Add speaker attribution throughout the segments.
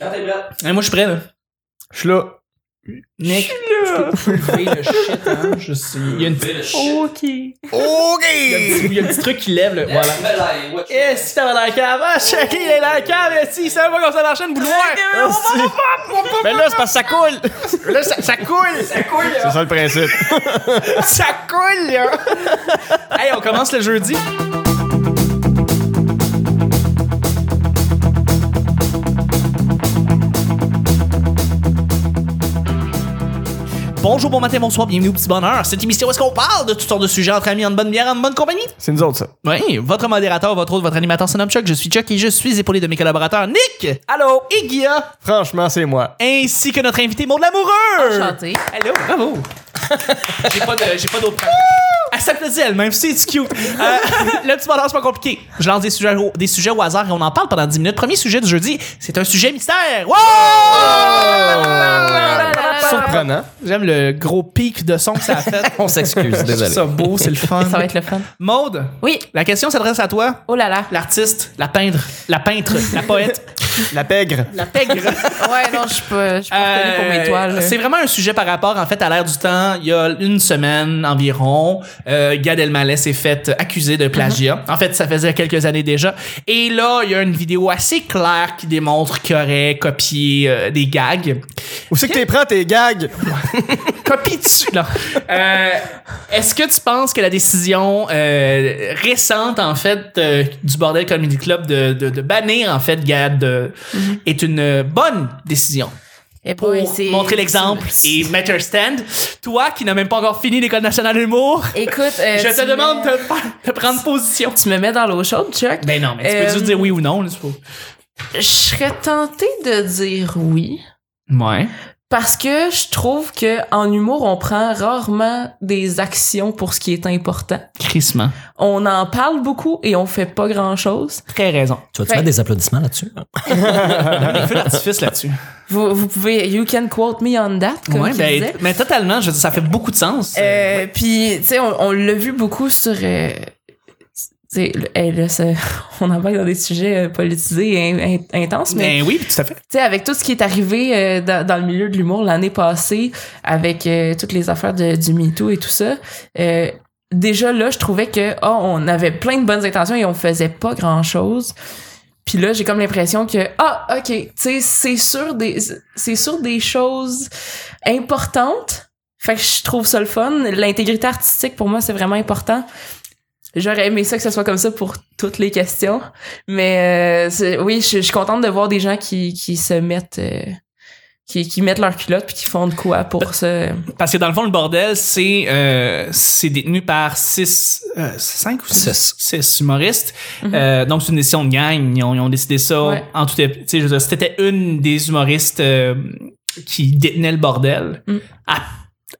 Speaker 1: Quand t'es prêt.
Speaker 2: Hein, moi, je suis prêt, là.
Speaker 3: Je suis là.
Speaker 2: Nick, faut lever le shit, hein. Je sais. Il y a une petite-
Speaker 1: Fais le shit.
Speaker 2: il
Speaker 4: Ok.
Speaker 2: y a un petit, il y a un petit truc qui lève, là. Voilà.
Speaker 1: Voilà. What
Speaker 2: Eh, si t'avais la cave, ah, Shaggy, il est dans la cave, eh, si, il savait pas comment ça marchait, le bouloir.
Speaker 3: Mais là, c'est parce que ça coule. Là, ça, ça coule.
Speaker 2: Ah, Ça coule,
Speaker 3: C'est
Speaker 2: là.
Speaker 3: ça le principe.
Speaker 2: Ça coule, là. hey, on commence le jeudi. Bonjour, bon matin, bonsoir, bienvenue au petit bonheur. Cette émission où est-ce qu'on parle de toutes sortes de sujets entre amis, en bonne bière, en bonne compagnie.
Speaker 3: C'est nous autres, ça.
Speaker 2: Oui, votre modérateur, votre autre, votre animateur, c'est nomme Chuck. Je suis Chuck et je suis épaulé de mes collaborateurs Nick,
Speaker 4: Allô?
Speaker 2: et Guilla,
Speaker 3: Franchement, c'est moi.
Speaker 2: ainsi que notre invité Maud Lamoureux.
Speaker 4: Enchanté.
Speaker 2: Allô, bravo. j'ai pas de- j'ai pas d'autre. Elle s'applaudit elle-même, c'est cute. Euh, le petit bonheur, c'est pas compliqué. Je lance des sujets, au, des sujets au hasard et on en parle pendant 10 minutes. Premier sujet du jeudi, c'est un sujet mystère. Wow!
Speaker 4: Oh!
Speaker 3: Surprenant.
Speaker 2: J'aime le gros pic de son que ça a fait.
Speaker 3: On s'excuse,
Speaker 2: Je trouve
Speaker 3: désolé.
Speaker 2: ça beau, c'est le fun.
Speaker 4: Ça va être le fun.
Speaker 2: Maude,
Speaker 4: Oui.
Speaker 2: la question s'adresse à toi.
Speaker 4: Oh là là.
Speaker 2: L'artiste, la peintre, la peintre, la poète,
Speaker 3: La pègre.
Speaker 2: la pègre. Euh,
Speaker 4: Ouais, non, je suis pas, je suis pas reconnue pour mes toiles.
Speaker 2: c'est vraiment un sujet par rapport, en fait, à l'ère du temps. Il y a une semaine environ, euh, Gad Elmaleh s'est fait accuser de plagiat.
Speaker 4: Mhm.
Speaker 2: En fait, ça faisait quelques années déjà. Et là, il y a une vidéo assez claire qui démontre qu'il aurait copié euh, des gags.
Speaker 3: Où c'est que t'es prêt, tes gags?
Speaker 2: Copie dessus. Non. Euh, Est-ce que tu penses que la décision euh, récente, en fait, euh, du Bordel Comedy Club de, de, de bannir, en fait, Gad, euh,
Speaker 4: Mhm.
Speaker 2: est une euh, bonne décision?
Speaker 4: Eh
Speaker 2: pour
Speaker 4: boy, c'est-
Speaker 2: montrer l'exemple et mettre un stand. Toi qui n'as même pas encore fini l'École nationale de l'humour,
Speaker 4: Écoute, euh,
Speaker 2: je
Speaker 4: tu
Speaker 2: te
Speaker 4: me-
Speaker 2: demande de, faire- de prendre position.
Speaker 4: Tu me mets dans l'eau chaude, Chuck?
Speaker 2: Ben non, mais tu peux
Speaker 4: Euh,
Speaker 2: juste dire oui ou non. Là, c'est pas-
Speaker 4: Je serais tentée de dire oui.
Speaker 2: Ouais.
Speaker 4: Parce que je trouve que en humour, on prend rarement des actions pour ce qui est important.
Speaker 2: Crissement.
Speaker 4: On en parle beaucoup et on fait pas grand chose.
Speaker 2: Très raison.
Speaker 5: Tu vas-tu
Speaker 4: Fait-
Speaker 5: mettre des applaudissements là-dessus?
Speaker 2: Il fait l'artifice là-dessus.
Speaker 4: Vous, vous pouvez, you can quote me on that, comme
Speaker 2: Ouais,
Speaker 4: tu
Speaker 2: ben,
Speaker 4: disais.
Speaker 2: mais totalement, je veux dire, ça fait beaucoup de sens.
Speaker 4: Euh, Puis, tu sais, on, on l'a vu beaucoup sur. Euh, tu sais, le- hey, là, ça- on embarque dans des sujets euh, politisés et in- in- intenses, mais
Speaker 2: ben oui, tout à fait.
Speaker 4: tu sais, avec tout ce qui est arrivé euh, dans, dans le milieu de l'humour l'année passée, avec euh, toutes les affaires de, du MeToo et tout ça, euh, déjà là, je trouvais que ah, on avait plein de bonnes intentions et on faisait pas grand-chose. Puis là, j'ai comme l'impression que ah, OK, tu sais, c'est sur des c'est sur des choses importantes. Fait que je trouve ça le fun, l'intégrité artistique pour moi, c'est vraiment important. J'aurais aimé ça que ce soit comme ça pour toutes les questions. Mais euh, c'est- oui, je, je suis contente de voir des gens qui, qui se mettent euh, qui, qui mettent leur culotte puis qui font de quoi pour ça.
Speaker 2: Parce que dans le fond, le bordel, c'est euh, c'est détenu par six, euh, cinq ou six,
Speaker 5: Six.
Speaker 2: six humoristes. Euh, donc, c'est une décision de gang. Ils ont, ils ont décidé ça
Speaker 4: Mhm. Ouais.
Speaker 2: en tout et- tu sais, je veux dire, C'était une des humoristes euh, qui détenait le bordel.
Speaker 4: Mm.
Speaker 2: À,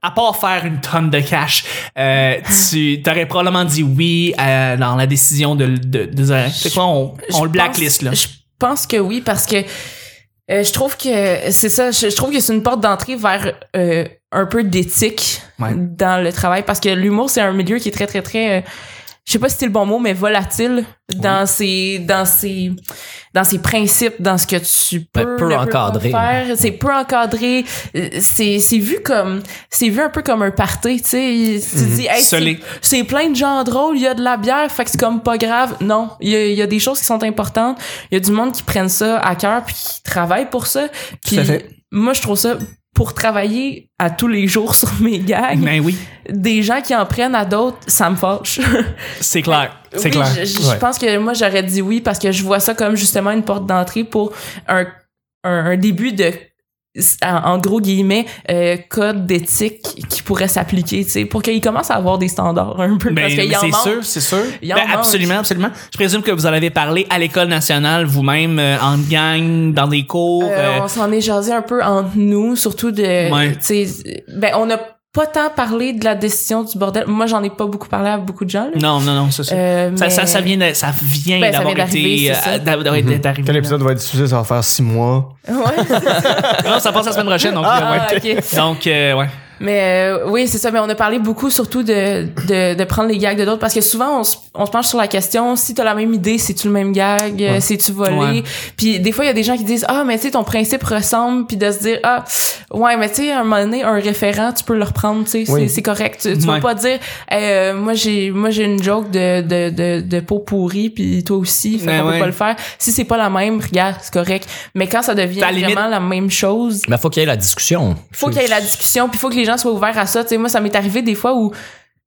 Speaker 2: à part faire une tonne de cash, euh, tu aurais probablement dit oui à- dans la décision de... de, de dire, c'est quoi, on, on
Speaker 4: Je
Speaker 2: le blacklist, là.
Speaker 4: pense- Je pense que oui parce que euh, je trouve que c'est ça, je, je trouve que c'est une porte d'entrée vers euh, un peu d'éthique
Speaker 2: Ouais.
Speaker 4: dans le travail parce que l'humour c'est un milieu qui est très très très euh, je sais pas si c'est le bon mot mais volatile dans ses dans ses dans ses principes, dans ce que tu peux
Speaker 5: Ben, peu
Speaker 4: ne peux pas
Speaker 5: encadré.
Speaker 4: faire, c'est peu encadré, euh, c'est c'est vu comme c'est vu un peu comme un party, tu sais, il- tu dis hey, c'est-
Speaker 2: Mhm. Solé.
Speaker 4: c'est plein de gens drôles, il y a de la bière, fait que c'est comme pas grave. Non, il y, a- il y a des choses qui sont importantes. Il y a du monde qui prennent ça à cœur puis qui travaillent pour ça. Puis
Speaker 2: à fait.
Speaker 4: moi, je trouve ça pour travailler à tous les jours sur mes gags,
Speaker 2: Ben oui,
Speaker 4: des gens qui en prennent à d'autres, ça me fâche.
Speaker 2: c'est clair. C'est
Speaker 4: oui,
Speaker 2: clair.
Speaker 4: Je, je
Speaker 2: Ouais.
Speaker 4: pense que moi, j'aurais dit oui parce que je vois ça comme justement une porte d'entrée pour un, un, un début de en en gros guillemets euh, code d'éthique qui pourrait s'appliquer tu sais pour qu'il commence à avoir des standards un peu
Speaker 2: Ben,
Speaker 4: parce qu'il
Speaker 2: mais
Speaker 4: y en
Speaker 2: c'est
Speaker 4: manque
Speaker 2: sûr, c'est sûr.
Speaker 4: Il en
Speaker 2: Ben,
Speaker 4: manque.
Speaker 2: absolument, absolument. Je présume que vous en avez parlé à l'école nationale vous-même euh, en gang, dans des cours.
Speaker 4: Euh,
Speaker 2: euh,
Speaker 4: on s'en est jasé un peu entre nous, surtout de,
Speaker 2: Ouais.
Speaker 4: tu sais, ben on n'a pas tant parlé de la décision du bordel. Moi, j'en ai pas beaucoup parlé à beaucoup de gens. là.
Speaker 2: Non, non, non, c'est ça.
Speaker 4: Euh,
Speaker 2: ça,
Speaker 4: mais-
Speaker 2: ça, ça vient, de- ça vient
Speaker 4: Ben, ça
Speaker 2: d'avoir
Speaker 4: vient d'arriver,
Speaker 2: été,
Speaker 4: c'est
Speaker 2: euh,
Speaker 4: ça.
Speaker 2: d'avoir
Speaker 1: Mhm.
Speaker 2: été arrivé.
Speaker 3: Quel épisode va être diffusé? Ça va faire six mois.
Speaker 4: Ouais.
Speaker 2: Non, ça passe la semaine prochaine. Donc, euh,
Speaker 4: Ah,
Speaker 2: ouais.
Speaker 4: ok.
Speaker 2: donc euh, ouais.
Speaker 4: Mais euh, oui, c'est ça. Mais on a parlé beaucoup surtout de, de, de prendre les gags de d'autres parce que souvent on se, on se penche sur la question si t'as la même idée, c'est-tu le même gag, euh, c'est-tu volé.
Speaker 2: Ouais.
Speaker 4: Puis des fois il y a des gens qui disent ah mais tu sais ton principe ressemble puis de se dire ah ouais mais tu sais à un moment donné un référent tu peux le reprendre tu sais c'est-
Speaker 3: Oui.
Speaker 4: c'est correct. Tu, tu vas
Speaker 2: Ouais.
Speaker 4: pas dire Eh, euh, moi j'ai moi j'ai une joke de de de, de peau pourrie puis toi aussi fait
Speaker 2: Ben
Speaker 4: qu'on peut
Speaker 2: ouais.
Speaker 4: pas le faire. Si c'est pas la même regarde c'est correct. Mais quand ça devient
Speaker 2: Ta
Speaker 4: vraiment
Speaker 2: limite-
Speaker 4: la même chose
Speaker 1: Mais Ben, faut qu'il y ait la discussion.
Speaker 4: faut qu'il y ait la discussion, puis faut que les gens soient ouverts à ça. Tu sais, moi, ça m'est arrivé des fois où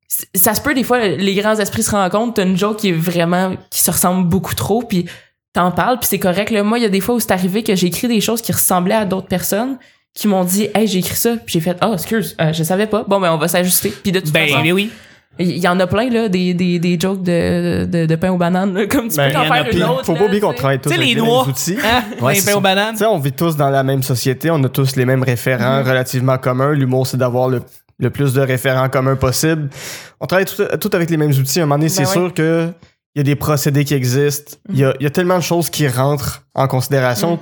Speaker 4: c- ça se peut des fois les grands esprits se rencontrent, t'as une joke qui est vraiment qui se ressemble beaucoup trop, puis t'en parles, puis c'est correct. Là, moi, il y a des fois où c'est arrivé que j'ai écrit des choses qui ressemblaient à d'autres personnes qui m'ont dit hey j'ai écrit ça puis j'ai fait oh excuse euh, je savais pas bon ben on va s'ajuster puis de toute
Speaker 2: Ben,
Speaker 4: façon
Speaker 2: mais oui.
Speaker 4: il y, y en a plein là des, des, des jokes de, de, de pain aux bananes là, comme tu
Speaker 3: Ben,
Speaker 4: peux en
Speaker 2: y en a
Speaker 4: faire une
Speaker 2: plein.
Speaker 4: autre
Speaker 3: faut pas
Speaker 4: là,
Speaker 3: oublier qu'on
Speaker 4: tu sais.
Speaker 3: travaille tous
Speaker 2: Tu sais,
Speaker 3: avec
Speaker 2: les
Speaker 3: les mêmes
Speaker 2: noix.
Speaker 3: outils.
Speaker 4: Ah,
Speaker 2: Hein?
Speaker 1: Ouais,
Speaker 2: les
Speaker 1: c'est
Speaker 2: pains
Speaker 1: ça.
Speaker 2: aux bananes.
Speaker 3: Tu sais, on vit tous dans la même société, on a tous les mêmes référents
Speaker 2: Mm-hmm.
Speaker 3: relativement communs. L'humour, c'est d'avoir le, le plus de référents communs possible. On travaille tout, tout avec les mêmes outils. À un moment donné, c'est
Speaker 4: Ben ouais.
Speaker 3: sûr que il y a des procédés qui existent. Il y a- il y, a tellement de choses qui rentrent en considération.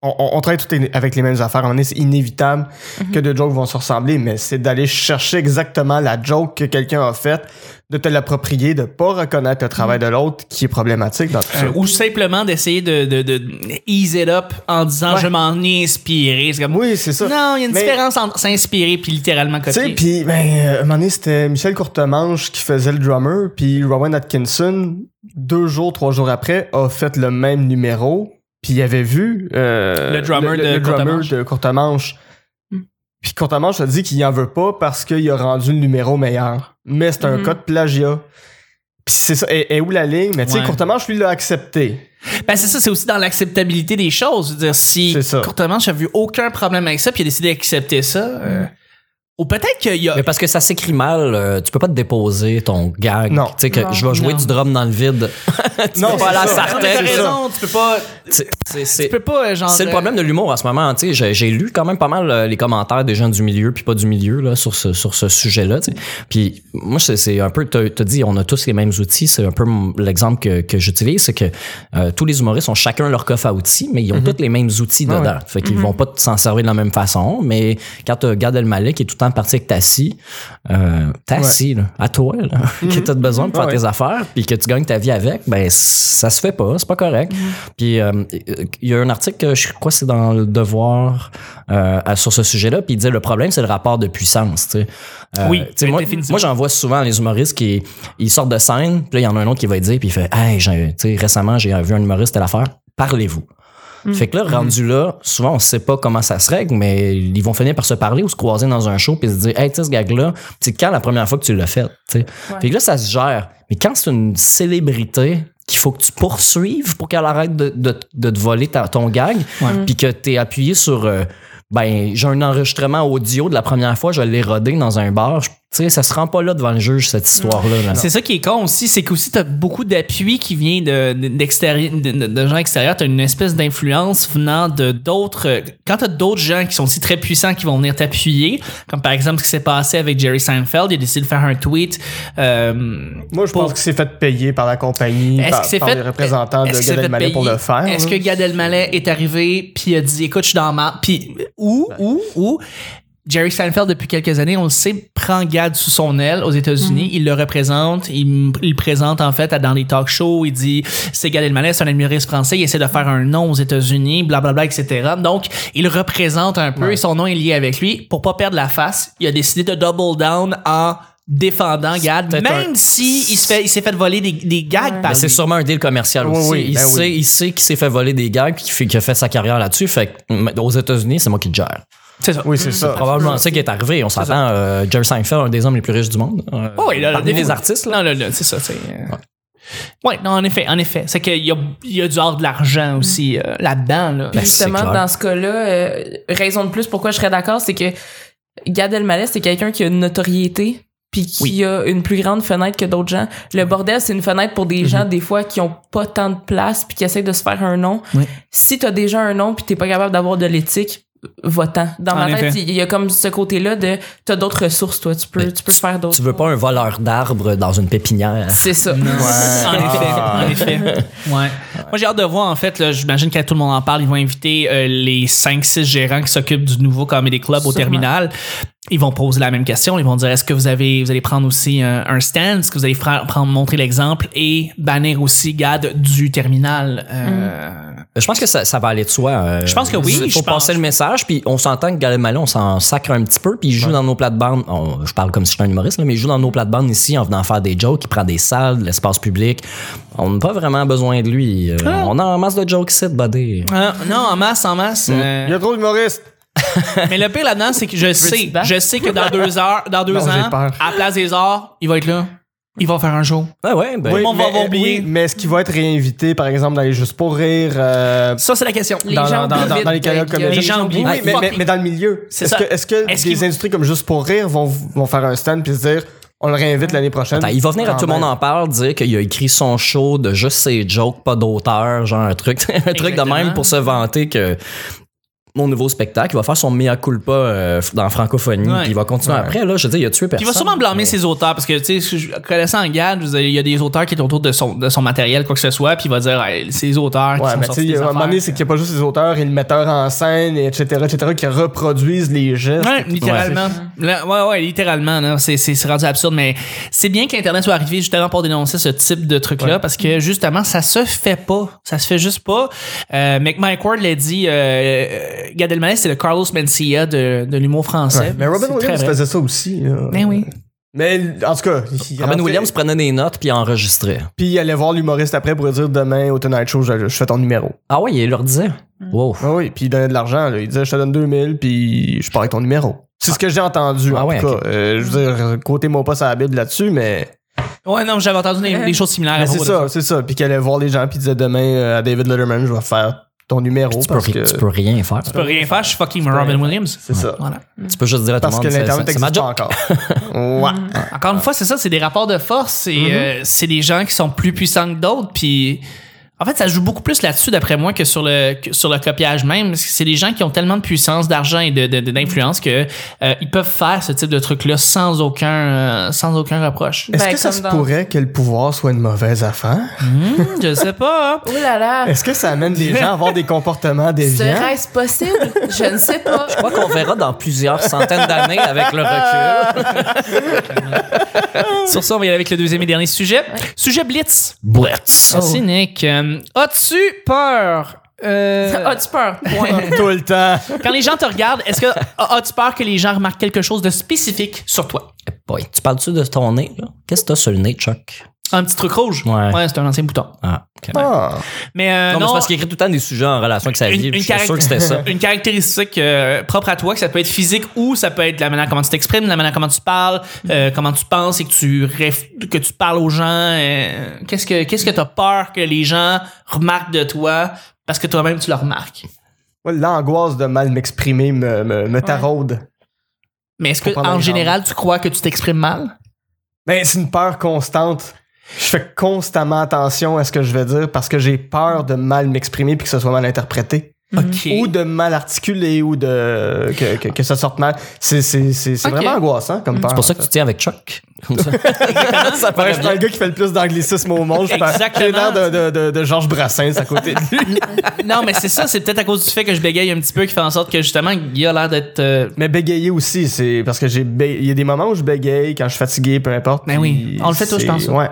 Speaker 3: On, on- on travaille tout avec les mêmes affaires. À un moment donné, c'est inévitable
Speaker 2: Mm-hmm.
Speaker 3: que deux jokes vont se ressembler, mais c'est d'aller chercher exactement la joke que quelqu'un a faite, de te l'approprier, de pas reconnaître le travail de l'autre qui est problématique dans tout ça.
Speaker 2: Mm-hmm. Euh, ou simplement d'essayer de, de, de ease it up en disant
Speaker 3: Ouais.
Speaker 2: je m'en ai inspiré. C'est comme,
Speaker 3: Oui, c'est ça.
Speaker 2: Non, il y a une
Speaker 3: Mais-
Speaker 2: différence entre s'inspirer puis littéralement
Speaker 3: Tu sais,
Speaker 2: copier.
Speaker 3: puis ben, euh, à un moment donné, c'était Michel Courtemanche qui faisait le drummer, puis Rowan Atkinson, deux jours, trois jours après, a fait le même numéro, puis il avait vu euh,
Speaker 2: Le drummer de
Speaker 3: le drummer
Speaker 2: Courtemanche. Hmm.
Speaker 3: de Courtemanche.
Speaker 4: Mm.
Speaker 3: Puis Courtemanche a dit qu'il en veut pas parce qu'il a rendu le numéro meilleur. Mais c'est un
Speaker 2: Hmm.
Speaker 4: Mhm.
Speaker 3: cas de plagiat. Puis c'est ça, et, et où la ligne? Mais tu sais,
Speaker 2: Ouais.
Speaker 3: Courtemanche, lui, l'a accepté.
Speaker 2: Ben, c'est ça, c'est aussi dans l'acceptabilité des choses. Je veux dire, si
Speaker 3: C'est ça.
Speaker 2: courtement, j'avais vu aucun problème avec ça puis il a décidé d'accepter ça. euh, ou peut-être qu'il y a.
Speaker 1: Mais parce que ça s'écrit mal, euh, tu peux pas te déposer ton gag.
Speaker 3: Non.
Speaker 1: Tu sais que
Speaker 4: Non.
Speaker 1: je vais jouer
Speaker 2: Non.
Speaker 1: du drum dans le vide.
Speaker 2: Ah,
Speaker 1: tu
Speaker 3: Non,
Speaker 1: peux pas
Speaker 3: c'est
Speaker 1: aller à
Speaker 2: Non, mais
Speaker 3: ça.
Speaker 1: Sartène.
Speaker 2: t'as
Speaker 3: c'est ça.
Speaker 2: raison, tu peux pas.
Speaker 1: C'est- c'est-
Speaker 2: Tu
Speaker 1: c'est-
Speaker 2: peux pas, euh, genre.
Speaker 1: C'est le problème de l'humour en ce moment. Tu sais, j'ai- j'ai lu quand même pas mal euh, les commentaires des gens du milieu puis pas du milieu là, sur ce, sur ce sujet-là. tu sais. Puis moi, c'est- c'est un peu, t'as t'as dit, on a tous les mêmes outils. C'est un peu mon- l'exemple que, que j'utilise, c'est que euh, tous les humoristes ont chacun leur coffre à outils, mais ils ont tous les mêmes outils
Speaker 3: Ah
Speaker 1: dedans. Fait
Speaker 2: Mhm.
Speaker 1: qu'ils vont pas t- s'en servir de la même façon. Mais quand t'as Gad Elmaleh qui est tout le temps parti avec ta scie, euh, ta scie, là, à toi, là,
Speaker 2: Mhm.
Speaker 1: que t'as besoin pour faire
Speaker 3: Ouais.
Speaker 1: tes affaires puis que tu gagnes ta vie avec, ben ça se fait pas, c'est pas correct.
Speaker 2: Mhm.
Speaker 1: Puis euh, il y a un article, que je crois que c'est dans le Devoir euh, à- sur ce sujet-là, puis il disait le problème c'est le rapport de puissance. tu sais. Euh,
Speaker 2: Oui,
Speaker 1: tu sais, moi,
Speaker 2: définitivement.
Speaker 1: moi j'en vois souvent les humoristes qui ils sortent de scène, puis là il y en a un autre qui va dire, puis il fait, hey, j'ai- tu sais, récemment j'ai vu un humoriste à l'affaire, parlez-vous. Fait que là, rendu là, souvent, on sait pas comment ça se règle, mais ils vont finir par se parler ou se croiser dans un show puis se dire, hey, tu sais, ce gag-là, c'est quand la première fois que tu l'as fait, tu sais. Fait que là, ça se gère. Mais quand c'est une célébrité qu'il faut que tu poursuives pour qu'elle arrête de, de- de te voler ta- ton gag, puis que tu es appuyé sur, euh, ben, j'ai un enregistrement audio de la première fois, je l'ai rodé dans un bar, je- tu sais, ça se rend pas là devant le juge, cette histoire-là. là.
Speaker 2: C'est ça qui est con aussi, c'est qu'aussi t'as beaucoup d'appui qui vient de, d'extérie- de, de- de gens extérieurs, t'as une espèce d'influence venant de d'autres. euh, Quand t'as d'autres gens qui sont aussi très puissants qui vont venir t'appuyer, comme par exemple ce qui s'est passé avec Jerry Seinfeld, il a décidé de faire un tweet. euh,
Speaker 3: Moi, je pense
Speaker 2: pour-
Speaker 3: que c'est fait payer par la compagnie,
Speaker 2: Est-ce
Speaker 3: par,
Speaker 2: que c'est
Speaker 3: par
Speaker 2: fait
Speaker 3: les représentants de
Speaker 2: est-ce que c'est
Speaker 3: Gad
Speaker 2: fait
Speaker 3: Elmaleh pour
Speaker 2: payer?
Speaker 3: le faire.
Speaker 2: Est-ce que
Speaker 3: là.
Speaker 2: Gad Elmaleh est arrivé puis a dit écoute je suis dans ma puis ou ou ou Jerry Seinfeld depuis quelques années on le sait prend Gad sous son aile aux États-Unis il le représente il, il le présente en fait à- dans des talk shows il dit c'est Gad Elmaleh c'est un humoriste français il essaie de faire un nom aux États-Unis blablabla etc donc il le représente un peu et son nom est lié avec lui pour pas perdre la face il a décidé de double down en défendant Gad
Speaker 1: peut-être
Speaker 2: même
Speaker 1: un-
Speaker 2: si il se fait il s'est fait voler des, des gags par
Speaker 1: Mais Ben, c'est
Speaker 2: lui.
Speaker 1: sûrement un deal commercial
Speaker 3: Oui,
Speaker 1: aussi.
Speaker 3: oui,
Speaker 1: il,
Speaker 3: ben
Speaker 1: sait,
Speaker 3: oui.
Speaker 1: il sait qu'il s'est fait voler des gags puis qu'il fait- qu'il a fait sa carrière là-dessus. Fait que, mm, aux États-Unis, c'est moi qui le gère.
Speaker 2: c'est ça
Speaker 3: Oui, c'est ça.
Speaker 1: Probablement Ah, ça qui est arrivé. On s'entend. Euh, Jerry Seinfeld, un des hommes les plus riches du monde. Euh,
Speaker 2: Oh, il a
Speaker 1: parmi les artistes.
Speaker 2: là. Non, là, là, c'est ça, c'est. euh, Ouais, non, en effet, en effet. C'est qu'il y a, il y a du hors de l'argent aussi euh, là-dedans, là.
Speaker 1: Ben, c'est
Speaker 4: justement
Speaker 1: clair.
Speaker 4: dans ce cas-là euh, raison de plus pourquoi je serais d'accord c'est que Gad Elmaleh c'est quelqu'un qui a une notoriété puis qui
Speaker 2: Oui.
Speaker 4: a une plus grande fenêtre que d'autres gens le bordel c'est une fenêtre pour
Speaker 1: Mhm.
Speaker 4: des gens des fois qui ont pas tant de place puis qui essaient de se faire un nom
Speaker 2: Oui.
Speaker 4: si t'as déjà un nom puis t'es pas capable d'avoir de l'éthique votant dans
Speaker 2: En
Speaker 4: ma tête
Speaker 2: effet.
Speaker 4: il y a comme ce côté là de t'as d'autres ressources toi tu peux
Speaker 1: Ben,
Speaker 4: tu peux faire d'autres
Speaker 1: Tu veux pas un voleur d'arbres dans une pépinière.
Speaker 4: c'est ça
Speaker 2: En effet,
Speaker 3: Ah.
Speaker 2: en effet. Ouais. Moi, j'ai hâte de voir, en fait, là, j'imagine que tout le monde en parle, ils vont inviter euh, les 5-6 gérants qui s'occupent du nouveau Comedy Club au
Speaker 4: Sûrement.
Speaker 2: terminal. ils vont poser la même question. Ils vont dire est-ce que vous avez vous allez prendre aussi un, un stand, est-ce que vous allez fra- prendre montrer l'exemple et bannir aussi Gad du terminal. Euh,
Speaker 1: Je pense que ça, ça va aller de soi. euh,
Speaker 2: Je pense que oui,
Speaker 1: Il faut
Speaker 2: je pense.
Speaker 1: passer le message, puis on s'entend que Galil Mallet, on s'en sacre un petit peu, puis il joue dans nos plates-bandes. On- Je parle comme si j'étais un humoriste, là, mais il joue dans nos plates-bandes ici en venant faire des jokes, il prend des salles, de l'espace public. On n'a pas vraiment besoin de lui. Euh, On a en masse de jokes ici, de buddy.
Speaker 2: euh, non, en masse, en masse. euh,
Speaker 3: Il y a trop d'humoristes.
Speaker 2: mais le pire là-dedans, c'est que je sais,
Speaker 4: battre?
Speaker 2: je sais que dans deux heures, dans deux
Speaker 3: Non, j'ai
Speaker 2: ans,
Speaker 3: peur.
Speaker 2: à Place des Arts, il va être là. Il va faire un show.
Speaker 1: Ah ouais, ben,
Speaker 2: le monde va
Speaker 3: mais,
Speaker 2: avoir oublié.
Speaker 3: oui, mais est-ce qu'il va être réinvité, par exemple, d'aller juste pour rire euh,
Speaker 2: Ça, c'est la question.
Speaker 4: Les
Speaker 3: dans,
Speaker 4: gens
Speaker 3: dans- dans-
Speaker 4: oublient
Speaker 3: dans les
Speaker 4: vite
Speaker 3: karaoke
Speaker 4: que-
Speaker 3: comédiens?
Speaker 2: Les gens oublient.
Speaker 3: Oui, mais, mais- mais dans le milieu.
Speaker 2: C'est
Speaker 3: Est-ce
Speaker 2: ça.
Speaker 3: que, est-ce que
Speaker 2: Est-ce
Speaker 3: des
Speaker 2: qu'ils-
Speaker 3: industries comme Juste pour rire vont, vont faire un stand puis se dire on le réinvite l'année prochaine?
Speaker 1: Attends, il va venir à
Speaker 3: Quand
Speaker 1: tout le monde
Speaker 3: même.
Speaker 1: en parle dire qu'il a écrit son show de juste ses jokes, pas d'auteur, genre un truc, un truc de
Speaker 2: Exactement.
Speaker 1: même pour se vanter que mon nouveau spectacle, il va faire son mea culpa euh, dans la francophonie,
Speaker 2: Ouais.
Speaker 1: puis il va continuer après. Là, je veux dire, il a tué personne.
Speaker 2: Puis il va sûrement blâmer ses auteurs parce que, tu sais, je- connaissant Gad, je veux dire, il y a des auteurs qui étaient autour de son, de son matériel, quoi que ce soit, puis il va dire, Hey, c'est les auteurs qui
Speaker 3: Ouais,
Speaker 2: sont
Speaker 3: mais tu
Speaker 2: sortis
Speaker 3: sais,
Speaker 2: des
Speaker 3: à un moment
Speaker 2: affaires.
Speaker 3: donné, c'est qu'il n'y a pas juste les auteurs et le metteur en scène, et etc., etc., qui reproduisent les gestes.
Speaker 2: Ouais, littéralement. Là, Ouais, ouais, littéralement. là. C'est, c'est, c'est rendu absurde, mais c'est bien qu'Internet soit arrivé justement pour dénoncer ce type de truc-là parce que justement, ça se fait pas. Ça se fait juste pas. Euh, mais Mike Ward l'a dit, euh, euh, Gad Elmaleh, c'est le Carlos Mencia de, de l'humour français.
Speaker 3: Ouais, Mais Robin
Speaker 2: C'est très
Speaker 3: Williams
Speaker 2: vrai.
Speaker 3: faisait ça aussi. là.
Speaker 2: Mais oui.
Speaker 3: Mais en tout cas, il
Speaker 1: Robin
Speaker 3: rentrait-
Speaker 1: Williams prenait des notes puis enregistrait.
Speaker 3: Puis il allait voir l'humoriste après pour lui dire demain au Tonight Show, je, je fais ton numéro.
Speaker 1: Ah ouais, il leur disait.
Speaker 2: Mm.
Speaker 1: Wow.
Speaker 3: Ah oui, puis il donnait de l'argent. là. Il disait je te donne 2000, puis je pars avec ton numéro. C'est ce que j'ai entendu,
Speaker 1: Ah
Speaker 3: en
Speaker 1: ouais,
Speaker 3: tout cas.
Speaker 1: ok.
Speaker 3: Euh, je veux dire, côté-moi pas sa Bible là-dessus, mais,
Speaker 2: Ouais, non, j'avais entendu des, des choses similaires à
Speaker 3: mais c'est
Speaker 2: propos de
Speaker 3: ça, c'est ça. Puis qu'il allait voir les gens, puis il disait demain euh, à David Letterman, je vais faire ton numéro.
Speaker 1: Tu peux,
Speaker 3: parce
Speaker 1: ri-
Speaker 3: que...
Speaker 1: tu peux rien faire.
Speaker 2: Tu peux rien faire, je suis fucking Robin Williams.
Speaker 3: C'est ça.
Speaker 2: Voilà.
Speaker 1: Tu peux juste dire à tout le
Speaker 3: Parce
Speaker 1: monde
Speaker 3: que
Speaker 1: c'est-
Speaker 3: l'Internet
Speaker 1: c'est- c'est ma
Speaker 3: n'existe pas
Speaker 1: job.
Speaker 3: encore. ouais.
Speaker 4: Mm-hmm.
Speaker 2: Encore
Speaker 4: Ah.
Speaker 2: une fois, c'est ça, c'est des rapports de force. et euh, c'est des gens qui sont plus puissants que d'autres. Puis, en fait, ça joue beaucoup plus là-dessus, d'après moi, que sur le que sur le copiage même. Parce que C'est des gens qui ont tellement de puissance, d'argent et de- de- de- d'influence que euh, ils peuvent faire ce type de truc-là sans aucun euh, sans aucun reproche.
Speaker 3: Est-ce
Speaker 4: Ben,
Speaker 3: que ça
Speaker 4: comme
Speaker 3: se
Speaker 4: dans-
Speaker 3: pourrait que le pouvoir soit une mauvaise affaire?
Speaker 2: Hmm, je sais pas. hein.
Speaker 4: Oh là là.
Speaker 3: Est-ce que ça amène des gens à avoir des comportements déviants?
Speaker 4: Serait-ce possible? Je ne sais pas.
Speaker 1: Je crois qu'on verra dans plusieurs centaines d'années avec le recul.
Speaker 2: Sur ça, on va y aller avec le deuxième et dernier sujet. Sujet blitz.
Speaker 1: Brett.
Speaker 4: Oh.
Speaker 2: Merci Nick. Euh, As-tu peur? Euh,
Speaker 4: As-tu peur?
Speaker 3: Tout le temps.
Speaker 2: quand les gens te regardent, est-ce que as-tu peur que les gens remarquent quelque chose de spécifique sur toi?
Speaker 1: Eh boy, tu parles-tu de ton nez? là? Qu'est-ce que t'as sur le nez, Chuck?
Speaker 2: Un petit truc rouge?
Speaker 1: Ouais.
Speaker 2: c'est un ancien bouton.
Speaker 1: Ah, ok.
Speaker 3: Ah.
Speaker 2: Mais euh,
Speaker 1: Non, mais
Speaker 2: non,
Speaker 1: c'est parce qu'il écrit tout le temps des sujets en relation avec sa vie.
Speaker 2: une,
Speaker 1: puis
Speaker 2: une
Speaker 1: Je suis
Speaker 2: caract-
Speaker 1: sûr que c'était ça.
Speaker 2: une caractéristique euh, propre à toi, que ça peut être physique ou ça peut être la manière comment tu t'exprimes, la manière comment tu parles, euh, comment tu penses et que tu réf- que tu parles aux gens. euh, qu'est-ce que qu'est-ce que t'as peur que les gens remarquent de toi parce que toi-même tu le remarques.
Speaker 3: Ouais, L'angoisse de mal m'exprimer me, me, me taraude.
Speaker 2: Mais est-ce que
Speaker 3: Faut prendre
Speaker 2: en
Speaker 3: l'exemple.
Speaker 2: général tu crois que tu t'exprimes mal?
Speaker 3: Ben, c'est une peur constante. Je fais constamment attention à ce que je vais dire parce que j'ai peur de mal m'exprimer puis que ce soit mal interprété.
Speaker 2: Ok.
Speaker 3: Ou de mal articuler ou de que, que, que ça sorte mal. C'est, c'est, c'est, c'est
Speaker 2: Ok.
Speaker 3: vraiment angoissant comme peur.
Speaker 1: C'est pour ça que
Speaker 3: en
Speaker 1: tu tiens avec Chuck. Comme ça.
Speaker 3: fait. Ouais, je prends le gars qui fait le plus d'anglicisme au monde. Je fais-
Speaker 2: Exactement.
Speaker 3: J'ai l'air de, de, de, de Georges Brassens à côté de lui.
Speaker 2: non, mais c'est ça, c'est peut-être à cause du fait que je bégaye un petit peu qui fait en sorte que justement il a l'air d'être euh,
Speaker 3: Mais bégayer aussi, c'est parce que j'ai bé- il y a des moments où je bégaye quand je suis fatigué, peu importe.
Speaker 2: Ben oui.
Speaker 3: puis
Speaker 2: On le fait tous, je
Speaker 3: c'est-
Speaker 2: pense.
Speaker 3: Ouais.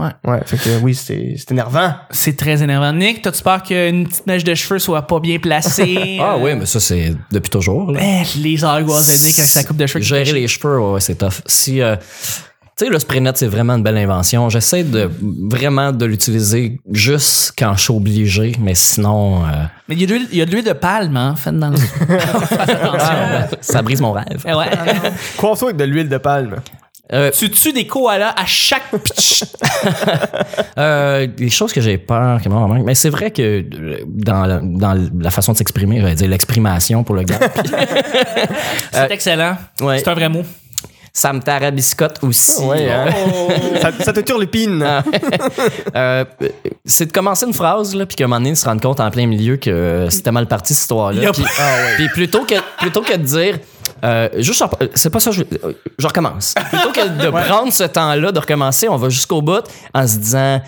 Speaker 2: Ouais.
Speaker 3: Ouais, fait que oui, c'est, c'est énervant.
Speaker 2: C'est très énervant. Nick, t'as-tu peur qu'une petite mèche de cheveux soit pas bien placée?
Speaker 1: Ah
Speaker 2: Euh,
Speaker 1: oui, mais ça, c'est depuis toujours. là.
Speaker 2: eh, les angoisses de Nick avec sa coupe de cheveux. qui
Speaker 1: Gérer
Speaker 2: est
Speaker 1: les cheveux, ouais, ouais, c'est tough. Si, euh, tu sais, le spray net, c'est vraiment une belle invention. J'essaie de vraiment de l'utiliser juste quand je suis obligé, mais sinon, euh,
Speaker 2: Mais il y a de l'huile- il y a de l'huile de palme, hein, faite dans le...
Speaker 1: ça brise mon rêve.
Speaker 2: Eh Ah. ouais.
Speaker 3: Coiffe-toi avec de l'huile de palme.
Speaker 1: Euh,
Speaker 2: tu tues des koalas à chaque pitch.
Speaker 1: euh, des choses que j'ai peur, qui me manquent. mais c'est vrai que euh, dans la, dans la façon de s'exprimer, j'allais dire l'exprimation pour le gars,
Speaker 2: C'est excellent.
Speaker 1: ouais.
Speaker 2: C'est un vrai mot.
Speaker 1: ça me tarabiscote aussi.
Speaker 3: Ouais, hein.
Speaker 2: Oh.
Speaker 3: Ah. ça, ça te turlupine.
Speaker 1: Euh, euh, c'est de commencer une phrase là puis qu'à un moment donné de se
Speaker 3: Ah
Speaker 1: rendre compte en plein milieu que euh, c'était mal parti cette histoire là
Speaker 2: Yep.
Speaker 1: puis, puis plutôt que plutôt que de dire Euh, juste, en- euh, c'est pas ça, je, euh, je recommence. Plutôt que de prendre ce temps-là, de recommencer, on va jusqu'au bout en se disant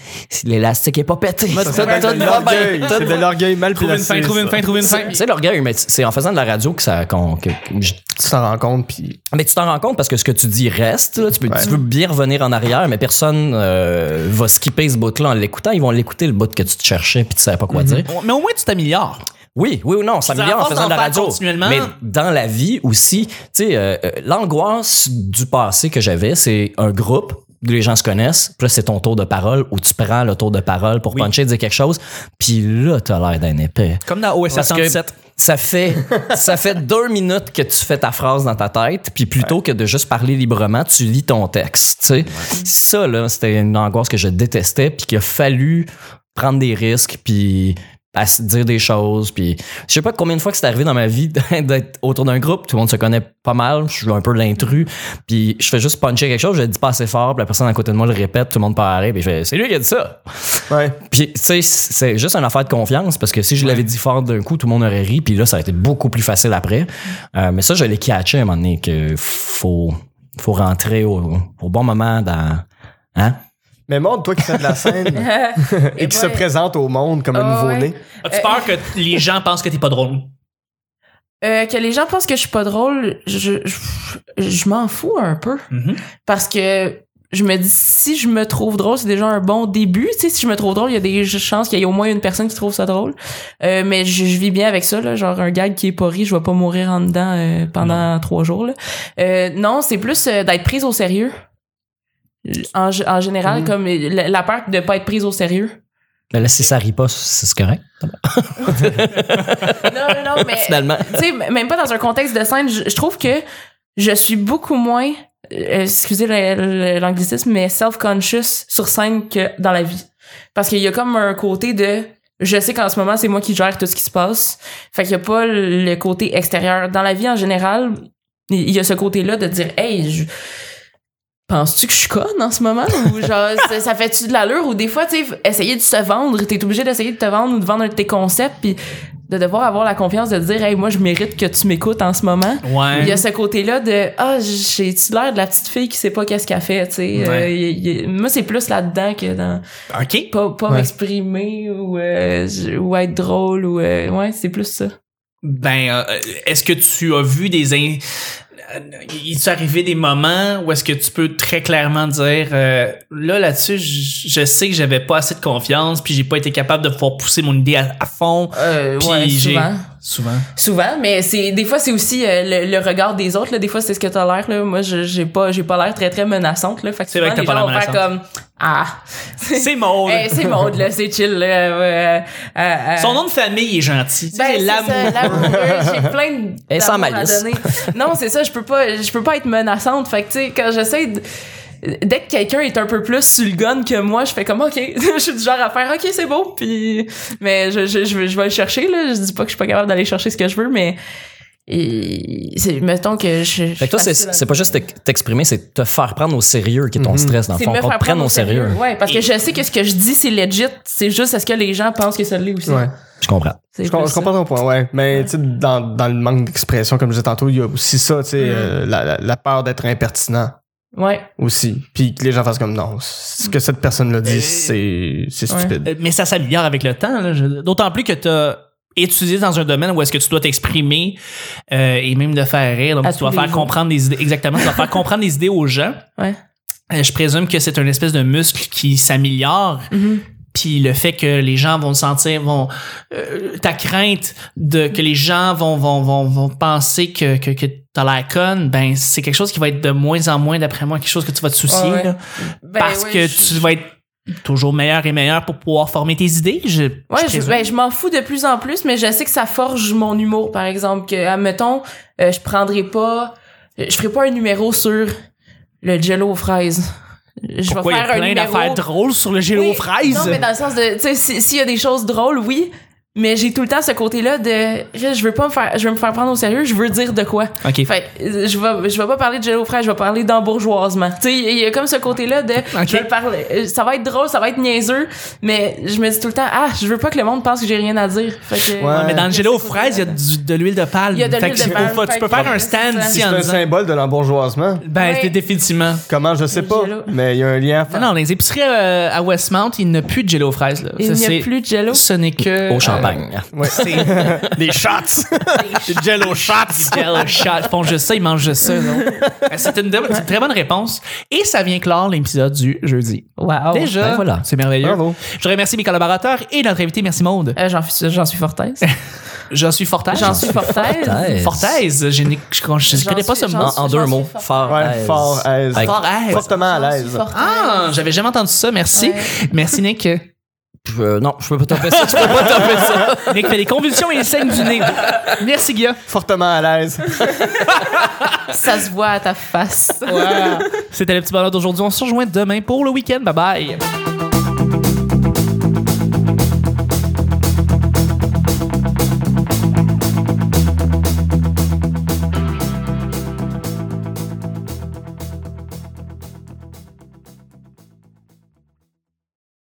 Speaker 1: l'élastique est pas pété. Tout-
Speaker 3: C'est
Speaker 1: tout
Speaker 3: de
Speaker 1: va
Speaker 3: l'orgueil.
Speaker 1: bien.
Speaker 3: C'est de l'orgueil mal
Speaker 2: Trouve une
Speaker 3: placé.
Speaker 2: fin, trouve une
Speaker 3: ça.
Speaker 2: fin, trouve une fin.
Speaker 1: C'est c'est l'orgueil, mais c'est en faisant de la radio que ça. qu'on- que- que je-
Speaker 3: Tu t'en rends compte, puis
Speaker 1: mais tu t'en rends compte parce que ce que tu dis reste. là. tu, peux,
Speaker 3: Ouais.
Speaker 1: tu veux bien revenir en arrière, mais personne euh, va skipper ce bout-là en l'écoutant. Ils vont l'écouter le bout que tu te cherchais puis tu savais pas quoi dire.
Speaker 2: Mais au moins, tu t'améliores.
Speaker 1: Oui, oui ou non, ça
Speaker 2: C'est à
Speaker 1: améliore en
Speaker 2: force
Speaker 1: faisant
Speaker 2: d'en
Speaker 1: de la
Speaker 2: faire
Speaker 1: radio.
Speaker 2: continuellement.
Speaker 1: Mais dans la vie aussi, tu sais, euh, euh, l'angoisse du passé que j'avais, c'est un groupe, les gens se connaissent, puis là, c'est ton tour de parole où tu prends le tour de parole pour puncher, dire quelque chose, puis là, t'as l'air d'un épais.
Speaker 2: Comme dans OS
Speaker 1: Parce que
Speaker 2: 77.
Speaker 1: ça fait, ça fait deux minutes que tu fais ta phrase dans ta tête, puis plutôt que de juste parler librement, tu lis ton texte. tu sais. Ça, là, c'était une angoisse que je détestais, puis qu'il a fallu prendre des risques, puis à se dire des choses. Puis je sais pas combien de fois que c'est arrivé dans ma vie d'être autour d'un groupe, tout le monde se connaît pas mal, je suis un peu l'intrus, puis je fais juste puncher quelque chose, je le dis pas assez fort, puis la personne à côté de moi le répète, tout le monde part arrêt, puis je fais, c'est lui qui a dit ça.
Speaker 3: ouais.
Speaker 1: Puis, tu sais, c'est juste une affaire de confiance parce que si je l'avais dit fort d'un coup, tout le monde aurait ri. Puis là, ça aurait été beaucoup plus facile après. Euh, mais ça, je l'ai catché à un moment donné que faut, faut rentrer au, au bon moment dans. Hein?
Speaker 3: Mais montre toi qui fais de la scène et qui se
Speaker 4: ouais.
Speaker 3: présente au monde comme un
Speaker 4: Ah,
Speaker 3: nouveau-né.
Speaker 2: As-tu peur que les gens pensent que t'es pas drôle?
Speaker 4: Euh, que les gens pensent que je suis pas drôle, je, je, je m'en fous un peu.
Speaker 1: Mm-hmm.
Speaker 2: Mhm.
Speaker 4: Parce que je me dis, si je me trouve drôle, c'est déjà un bon début. Tu sais, si je me trouve drôle, il y a des chances qu'il y ait au moins une personne qui trouve ça drôle. Euh, mais je, je vis bien avec ça, là. Genre, un gag qui est pas ri, je vais pas mourir en dedans euh, pendant trois jours, là. Euh, non, c'est plus euh, d'être prise au sérieux. En, g- en
Speaker 1: Mm.
Speaker 4: général, comme euh, la, la peur de pas être prise au sérieux.
Speaker 1: Mais là, si ben, ça rit pas, c'est c'est correct.
Speaker 4: Non, non, non, mais.
Speaker 1: Finalement.
Speaker 4: tu sais, m- même pas dans un contexte de scène, je, je trouve que je suis beaucoup moins, euh, excusez le- le- l'anglicisme, mais self-conscious sur scène que dans la vie. Parce qu'il y a comme un côté de, je sais qu'en ce moment, c'est moi qui gère tout ce qui se passe. Fait qu'il y a pas le côté extérieur. Dans la vie en général, il il y a ce côté-là de dire, hey, je- Penses-tu que je suis conne en ce moment? Ou genre, ça, ça fait-tu de l'allure? Ou des fois, tu sais, essayer de se vendre, t'es obligé d'essayer de te vendre ou de vendre un de tes concepts, puis de devoir avoir la confiance de dire, hey, moi, je mérite que tu m'écoutes en ce moment.
Speaker 2: Ouais.
Speaker 4: Il y a ce côté-là de, ah, j'ai-tu l'air de la petite fille qui sait pas qu'est-ce qu'elle fait, tu sais? Euh,
Speaker 2: Ouais.
Speaker 4: il- il- moi, c'est plus là-dedans que dans
Speaker 2: OK.
Speaker 4: pas, pas
Speaker 3: Ouais.
Speaker 4: m'exprimer ou, euh, je- ou être drôle ou, euh, ouais, c'est plus ça.
Speaker 2: Ben, euh, est-ce que tu as vu des. in- euh, Il t'est arrivé des moments où est-ce que tu peux très clairement dire euh, là là-dessus je je sais que j'avais pas assez de confiance puis j'ai pas été capable de pouvoir pousser mon idée à, à fond
Speaker 4: Euh,
Speaker 2: Puis
Speaker 4: ouais,
Speaker 2: j'ai-
Speaker 4: souvent.
Speaker 2: souvent
Speaker 4: Souvent, mais c'est des fois c'est aussi euh, le, le regard des autres. Là, des fois c'est ce que t'as l'air. Là, moi je- j'ai pas j'ai pas l'air très très menaçante. Là, fait que
Speaker 2: C'est vrai
Speaker 4: souvent,
Speaker 2: que t'as
Speaker 4: les
Speaker 2: pas
Speaker 4: gens
Speaker 2: l'air
Speaker 4: vont faire comme ah
Speaker 2: c'est Maud
Speaker 4: Hey, c'est Maud là, c'est chill là. euh, euh, euh,
Speaker 2: son nom de famille est gentil Tu
Speaker 4: ben,
Speaker 2: sais,
Speaker 4: c'est
Speaker 2: l'amour
Speaker 4: ça, l'amoureux. J'ai plein de.
Speaker 1: Et sans
Speaker 4: d'amour à
Speaker 1: malice.
Speaker 4: donner. Non, c'est ça, je peux pas, je peux pas être menaçante. Fait que, tu sais, quand j'essaie de- Dès que quelqu'un est un peu plus sur le gun que moi, je fais comme OK, je suis du genre à faire OK, c'est beau, puis mais je, je, je, vais- je vais le chercher là, je dis pas que je suis pas capable d'aller chercher ce que je veux mais et c'est mettons que je
Speaker 1: Fait que toi, c'est c'est pas juste t'ex- t'exprimer, c'est te faire prendre au sérieux qui est ton
Speaker 3: Mhm.
Speaker 1: stress, dans le fond.
Speaker 4: me
Speaker 1: Qu'on
Speaker 4: faire
Speaker 1: te prenne au sérieux.
Speaker 4: Ouais, parce
Speaker 2: Et-
Speaker 4: que je sais que ce que je dis c'est legit, c'est juste est-ce que les gens pensent que ça l'est aussi.
Speaker 3: Ouais.
Speaker 1: Je comprends.
Speaker 4: C'est
Speaker 3: Je, com-
Speaker 4: plus
Speaker 3: je
Speaker 4: ça.
Speaker 3: comprends ton point, ouais. Mais tu sais, dans, dans le manque d'expression, comme je disais tantôt, il y a aussi ça, tu sais,
Speaker 4: Mm.
Speaker 3: euh, la, la- la peur d'être impertinent
Speaker 4: Ouais.
Speaker 3: aussi. Puis que les gens fassent comme non, ce que cette personne-là
Speaker 2: Euh,
Speaker 3: dit, c'est c'est
Speaker 4: ouais.
Speaker 3: stupide.
Speaker 2: Euh, mais ça s'améliore avec le temps. là. Je- D'autant plus que tu as étudié dans un domaine où est-ce que tu dois t'exprimer euh, et même de faire rire. Donc,
Speaker 4: À
Speaker 2: tu dois
Speaker 4: tous
Speaker 2: faire
Speaker 4: les jours.
Speaker 2: comprendre des idées. Exactement, tu dois faire comprendre des idées aux gens.
Speaker 4: Ouais.
Speaker 2: Euh, Je présume que c'est une espèce de muscle qui s'améliore.
Speaker 4: Mhm.
Speaker 2: Puis le fait que les gens vont sentir, vont euh, ta crainte de que les gens vont vont vont, vont penser que que, que t'as l'air conne, ben c'est quelque chose qui va être de moins en moins d'après moi quelque chose que tu vas te soucier.
Speaker 4: Ouais, ouais.
Speaker 2: là.
Speaker 4: Ben
Speaker 2: parce
Speaker 4: ouais,
Speaker 2: que
Speaker 4: je-
Speaker 2: tu vas être toujours meilleur et meilleur pour pouvoir former tes idées. Je,
Speaker 4: Ouais, je,
Speaker 2: présume.
Speaker 4: ben, je m'en fous de plus en plus, mais je sais que ça forge mon humour, par exemple. Que, admettons, euh, je prendrai pas, euh, je ferai pas un numéro sur le jello aux fraises. Je
Speaker 2: Pourquoi il y a plein d'affaires drôles sur le gélo
Speaker 4: Oui,
Speaker 2: fraise?
Speaker 4: Non, mais dans le sens de, tu sais, si- s'il y a des choses drôles, oui, mais j'ai tout le temps ce côté-là de je veux pas me faire je veux me faire prendre au sérieux, je veux dire de quoi.
Speaker 2: OK.
Speaker 4: Fait que, euh, je vais je vais pas parler de gel au frère, je vais parler d'embourgeoisement. Tu sais, il y a comme ce côté-là de je vais parler euh, ça va être drôle, ça va être niaiseux, mais je me dis tout le temps ah, je veux pas que le monde pense que j'ai rien à dire. Fait que
Speaker 3: Ouais.
Speaker 2: Ouais, mais dans le gelé aux fraises, il y a du- de l'huile de palme.
Speaker 4: Il y a de
Speaker 2: Fait
Speaker 4: l'huile
Speaker 2: que
Speaker 4: de
Speaker 2: c'est-
Speaker 4: palme,
Speaker 2: faut- Tu
Speaker 4: fait
Speaker 2: peux
Speaker 4: que
Speaker 2: faire un
Speaker 4: c'est ça.
Speaker 2: stand ici
Speaker 3: C'est
Speaker 2: en
Speaker 3: un
Speaker 2: disant.
Speaker 3: symbole de l'embourgeoisement.
Speaker 2: Ben,
Speaker 4: Ouais.
Speaker 2: c'était définitivement.
Speaker 3: Comment, je sais
Speaker 4: Le
Speaker 3: pas,
Speaker 4: jello.
Speaker 3: mais il y a un lien à
Speaker 2: Non,
Speaker 3: faire.
Speaker 2: non, les épiceries euh, à Westmount, il n'y a plus de gelé aux fraises. Là.
Speaker 4: il
Speaker 2: Ça,
Speaker 4: n'y
Speaker 2: c'est-
Speaker 4: a plus de jello.
Speaker 2: Ce n'est que.
Speaker 1: Au champagne.
Speaker 3: Ouais. Des shots! Des jello shots!
Speaker 2: Des jello shots. Ils font juste ça, ils mangent juste ça. non? Ben, C'est une, c'est une très bonne réponse. Et ça vient clore l'épisode du jeudi.
Speaker 4: Wow.
Speaker 2: Déjà,
Speaker 1: ben voilà.
Speaker 2: c'est merveilleux.
Speaker 3: Bravo.
Speaker 2: Je remercie mes collaborateurs et notre invité. Merci, Maude.
Speaker 4: Euh, j'en suis j'en suis fortaise.
Speaker 2: J'en suis Fortaise.
Speaker 4: J'en suis fortaise.
Speaker 1: Fortaise.
Speaker 2: Fortaise. Je, n'ai- je- je- je
Speaker 4: J'en
Speaker 2: connais pas
Speaker 4: suis-
Speaker 2: ce
Speaker 4: j'en
Speaker 2: mot.
Speaker 1: En, en deux
Speaker 4: J'en suis
Speaker 1: mots.
Speaker 4: fort.
Speaker 1: Fort
Speaker 3: Ouais,
Speaker 1: à l'aise.
Speaker 3: fort à l'aise.
Speaker 1: Avec-
Speaker 2: Fortaise.
Speaker 3: Fortement à
Speaker 4: J'en suis
Speaker 3: l'aise.
Speaker 4: fortaise.
Speaker 2: Ah, j'avais jamais entendu ça. Merci.
Speaker 4: Ouais.
Speaker 2: Merci, Nick.
Speaker 1: Euh, non, je peux pas taper ça. Je peux pas taper ça.
Speaker 2: Nick fait des convulsions et il saigne du nez. Merci, Guillaume.
Speaker 3: Fortement à l'aise.
Speaker 4: Ça se voit à ta face.
Speaker 2: C'était le petit bonheur d'aujourd'hui. On se rejoint demain pour le week-end. Bye bye.